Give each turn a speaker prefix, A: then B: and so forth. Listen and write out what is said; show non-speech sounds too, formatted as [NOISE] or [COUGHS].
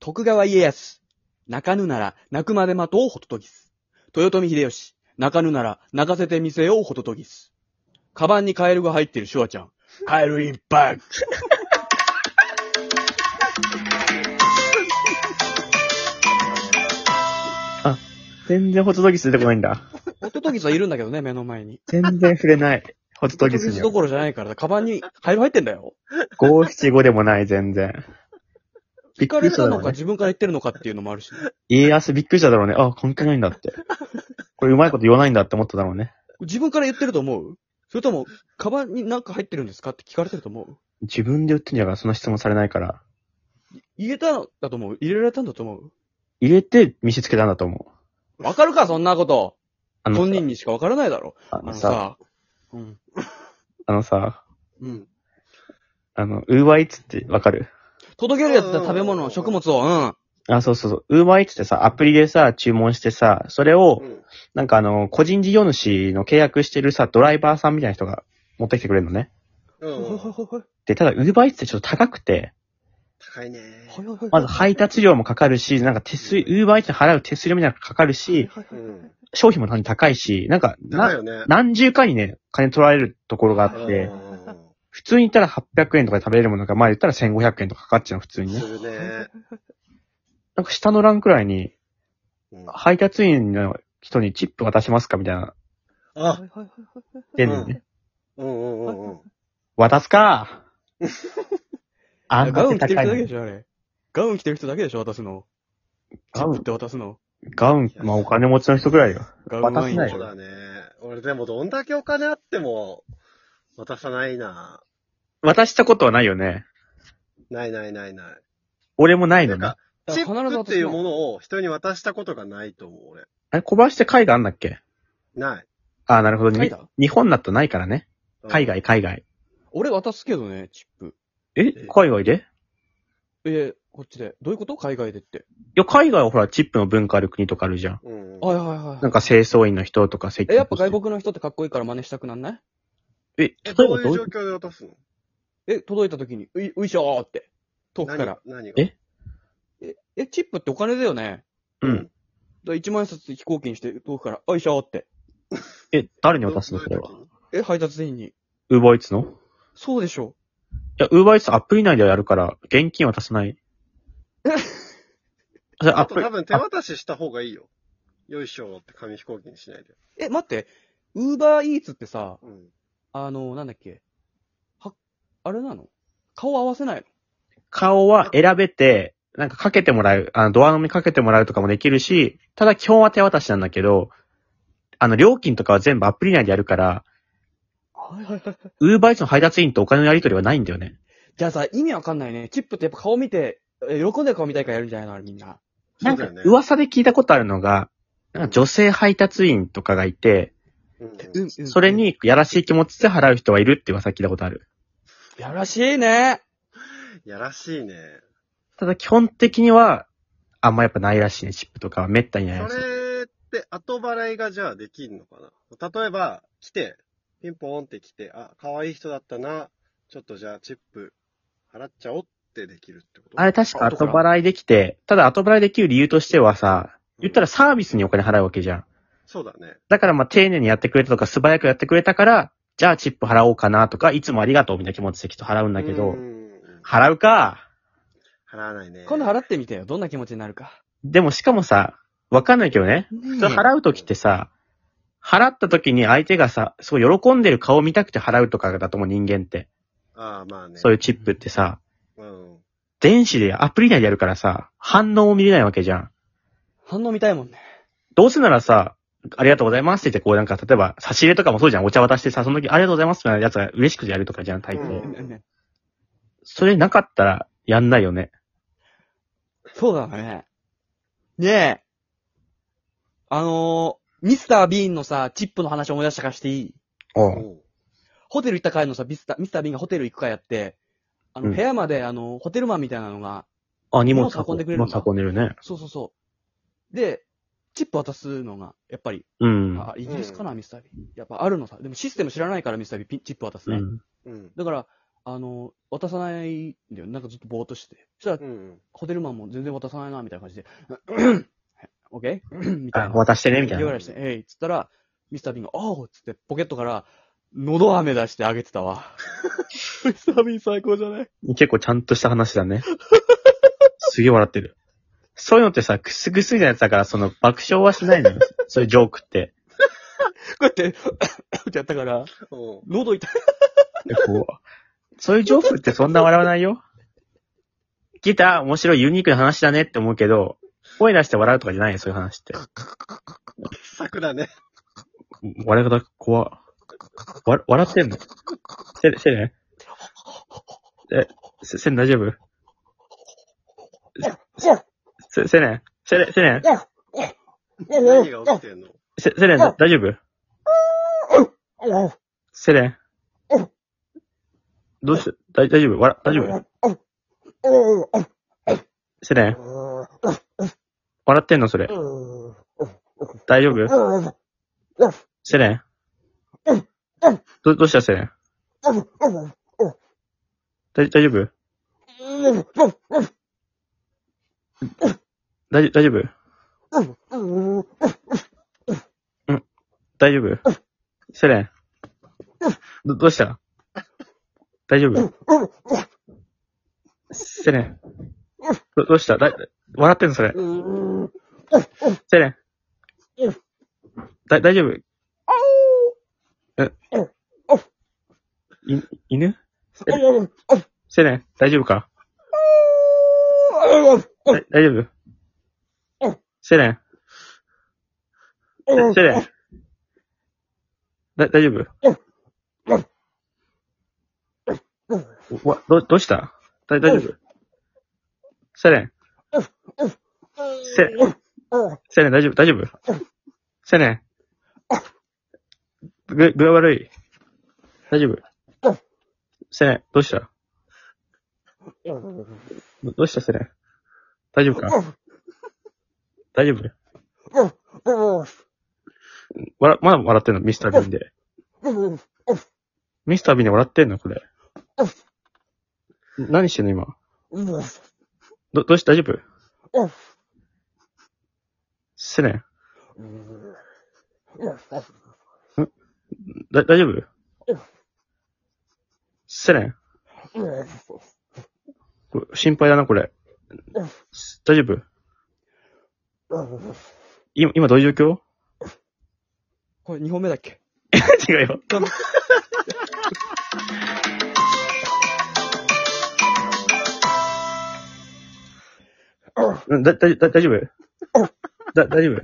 A: 徳川家康。泣かぬなら泣くまで待とうホトトギス。豊臣秀吉。泣かぬなら泣かせてみせようホトトギス。カバンにカエルが入ってるシュワちゃん。カエルインパクト。
B: 全然ホットドギス出てこないんだ。
A: ホトトギスはいるんだけどね、目の前に。
B: 全然触れない。ホットド
A: ホト
B: ギ
A: ト
B: ス
A: ギ
B: に
A: ス
B: は
A: ど。ころじゃないから、カバンにカエル入ってんだよ。
B: 五七五でもない、全然。
A: 行
B: びっく
A: か
B: り
A: れ
B: した
A: た
B: だろ
A: の
B: う
A: か
B: ね。
A: 自分から言ってるのかっていうのもあるしね、
B: 家康びっくりしただろうね。あ、関係ないんだって。これうまいこと言わないんだって思っただろうね。
A: 自分から言ってると思うそれとも、カバンになんか入ってるんですかって聞かれてると思う
B: 自分で言ってんじゃから、そんな質問されないから。
A: 言えたんだと思う入れられたんだと思う
B: 入れて見せつけたんだと思う。
A: わかるか、そんなこと。
B: あの
A: 本人にしかわからないだろ。
B: あ
A: あの
B: のさ、
A: さ。うん。
B: あのさ、
A: うん。
B: あの、ウーバーイーツってわかる
A: 届けるやつだ、食べ物、食物を、
B: あ、そうそうそう。ウーバーイーツってさ、アプリでさ、注文してさ、それを
A: う、ん。
B: なんかあの、個人事業主の契約してるさ、ドライバーさんみたいな人が持ってきてくれるのね。
C: うん
A: ほいほいほいほい。
B: で、ただ、ウーバーイーツってちょっと高くて、
C: 高
B: [LAUGHS]
C: いね。
A: ほいほいほい。
B: まず配達料もかかるし、なんか手数、ウーバーイーツに払う手数料みたいなのがかかるし、
A: はいは
C: う
A: いはい
C: ん。
B: 商品も単に高いし、なんか、
C: 高い
B: な、
C: よね。
B: 何十回にね、金取られるところがあっ
C: う
B: て、
C: ん
B: 普通に言ったら800円とかで食べれるものが、まあ言ったら1500円とかかかっちゃうの、普通にね
C: す。るね。
B: なんか下の欄くらいに、
C: うん
B: 配達員の人にチップ渡しますかみたいな、
C: あ、
A: はいはいはいはい
B: 出んのね。
C: うんうんうんうん。
B: 渡すかあん
A: ガウ
B: だけ
A: ン着てる人
B: 高い
A: だけ
B: の
A: でしょ、あれ。ガウン着てる人だけでしょ、渡すの。
B: ガ
A: ガ
B: ウ
A: ウ
B: ン
A: ンって渡すの。
B: ガウン、まあお金持ちの人くらいよ。
A: ガウンワイン
B: 渡
A: でし
B: せ
C: そう
A: ょ。
C: だね。俺でもどんだけお金あっても渡さないな。
B: 渡したことはないよね。
C: ないないないない。
B: 俺もない
C: な
B: の
C: ん
B: ね
C: か。、チ
A: 必ず渡す
C: ップ
A: の
C: っていうものを人に渡したことがないと思う、俺。
B: あれ、小林って海外あんだっけ
C: ない。
B: ああ、なるほど。
A: 海
B: に
A: 外
B: 日本だとないからね。
C: うん
B: 海。外、海外。
A: 俺渡すけどね、チップ。
B: え
C: え
B: 海外で
A: えー、こっちで。どういうこと海外でって。
B: いや、海外はほら、チップの文化ある国とかあるじゃん。
C: うん。
A: はいはいはい。
B: なんか清掃員の人とか設
A: え、やっぱ外
B: 国。
A: 国の人ってかっこいいから真似したくなんない
B: え、例えば
C: え、
B: ど
C: どういう
B: う
C: 状況で渡すの
A: え、届いた時に、うい、ういしょーって。遠くから。
C: 何何が
B: え
A: え、え、チップってお金だよね。
B: うん。
A: だ1万円札飛行機にして遠くから、おいしょーって。
B: え、誰に渡すのそれは。。
A: え、配達員に。
B: ウーバーイーツのい
A: そうでしょ。
B: や、ウーバーイーツアプリ内ではやるから、現金渡さない。それア
C: あ
B: プ
C: と
B: リ
C: 多、分手渡しした方がいいよ。よいしょって紙飛行機にしないで。
A: え、待って。ウーバーイーツってさ、
C: うん。
A: あの、なんだっけ。は、あれなの顔合わせないの
B: 顔は選べて、なんかかけてもらう、あの、ドアノブにかけてもらうとかもできるし、ただ基本は手渡しなんだけど、あの、料金とかは全部アプリ内でやるから、
A: はいはいはい。
B: ウーバーイーツの配達員とお金のやり取りはないんだよね。
A: じゃあさ、意味わかんないね。チップってやっぱ顔見て、え喜んでる顔見たいからやるんじゃないのあれみんな。
B: なん
C: そう
B: か
C: だよね、
B: 噂で聞いたことあるのが、なんか女性配達員とかがいて、
C: うんうん
A: うん、うん。
B: それ。にやらしい気持ちで払う人はいるって噂聞いたことある。
A: やらしいね。
C: やらしいね。
B: ただ基本的には、あんまやっぱないらしいね、チップとかは滅多にない
C: そ
B: らしい。
C: れって後払いがじゃあできるのかな例えば、来て、ピンポーンって来て、あ、可愛い人だったな、ちょっとじゃあチップ払っちゃおうってできるってこと
B: あれ確か後
A: 後から
B: 払いできて、ただ後払いできる理由としてはさ、言ったら、サービスにお金払うわけじゃん。
C: そうだね。
B: だからまあ丁寧にやってくれたとか素早くやってくれたから、じゃあチップ払おうかなとか、いつもありがとうみたいな気持ちできっと払うんだけ
C: う
B: ど
C: ん、うんうん
B: 払うか。
C: 払わないね。
A: 今度払ってみてよ。どんな気持ちになるか。
B: でもしかもさ、わかんないけどね。
A: ねえ
B: 普通払うときってさ、払ったときに相手がさ、すごい喜んでる顔を見たくて払うとかだと思う人間って。
C: ああ、まあね。
B: そういうチップってさ、
C: うん。
B: 電子でアプリ内でやるからさ、反応を見れないわけじゃん。
A: 反応見たいもんね。
B: どうせならさ、ありがとうございますって言って、こうなんか、例えば、差し入れとかもそうじゃん。お茶渡してさ、その時、ありがとうございますってやつが嬉しくてやるとかじゃん、大抵。
C: うん
A: ね
B: それなかったら、やんないよね。
A: そうだね。ねえ。あのー、ミスター・ビーンのさ、チップの話思い出したからしていい
B: おう
C: うん
A: ホテル行った回のさ、ミスター、ミスター・ビーンがホテル行く回やって、あの、
B: うん
A: 部屋まで、あの、ホテルマンみたいなのが、
B: あ、荷物
A: 荷物運んでくれ
B: 荷
A: るん
B: 物
A: だ
B: 運んでるね。
A: そうそうそう。で、チップ渡すのが、やっぱり、
B: うん。
A: あ、イギリスかな、ミスター・ビーン。やっぱあるのさ。でもシステム知らないから、ミスター・ビーン、ピンチップ渡す
B: う
A: ね。
B: ん。
C: うん。
A: だから、あの、渡さないんだよ。なんかずっとぼーっとしてて。そした
C: う
A: ら、
C: んうん。
A: ホテルマンも全然渡さないな、みたいな感じで、 [COUGHS] オッケー [COUGHS] みたい
B: あ、
A: な。
B: 渡してね、みたい
A: 言わ
B: な。
A: れして、えい、っつったら、ミスター・ビンが、おうっつって、ポケットから、喉飴出してあげてたわ。ミスター・ビン最高じゃない
B: 結構ちゃんとした話だね。 [LAUGHS] すげえ笑ってる。そういうのってさ、くすぐすなやつだから、その爆笑はしない
A: [LAUGHS]
B: のよ。そういうジョークって。
A: こうやって、 [COUGHS] ってやったから、
B: [LAUGHS]
C: おう [LAUGHS]
A: 喉痛い。
B: こうそういうジョークってそんな笑わないよ。ギター面白いユニークな話だねって思うけど、声出して笑うとかじゃないよ、そういう話って。
C: 桜ね。
B: 笑い方怖。わ笑ってんのせ、せねえ、せ、せん大丈夫せ、せねせね、せね
C: 何が起きてんの
B: せ、セレン、大丈夫セレン。どうして大大丈夫わら、大丈夫セレン。笑ってんのそれ。大丈夫セレン。ど、どうしたセレン。大大丈夫大大丈夫大丈夫セレン。ど、どうした大丈夫セレン。ど、どうしただ笑ってんのそれ。セレン。だ、大丈夫えい、犬セレン、大丈夫かだ大丈夫セレン。セレン。だ、大丈夫わ、ど、どうしただ、大丈夫セレン。セレン、大丈夫大丈夫セレン。ぐ、具合悪い。大丈夫セレン、どうしたどどうしたセレン。大丈夫か大丈夫わら、まだ笑ってんのミスタービンで。ミスタービンで笑ってんのこれ。何してんの今。ど、どうした大丈
C: う
B: 夫
C: ん
B: セレン。だ、大丈夫
C: うん
B: セレン。これ心配だな、これ
C: うん。
B: す大丈夫今、今どういう状
A: これ2本目だっけ
C: [LAUGHS]
B: 況違うよ。うんだ、だ、だ大丈夫だ、大丈夫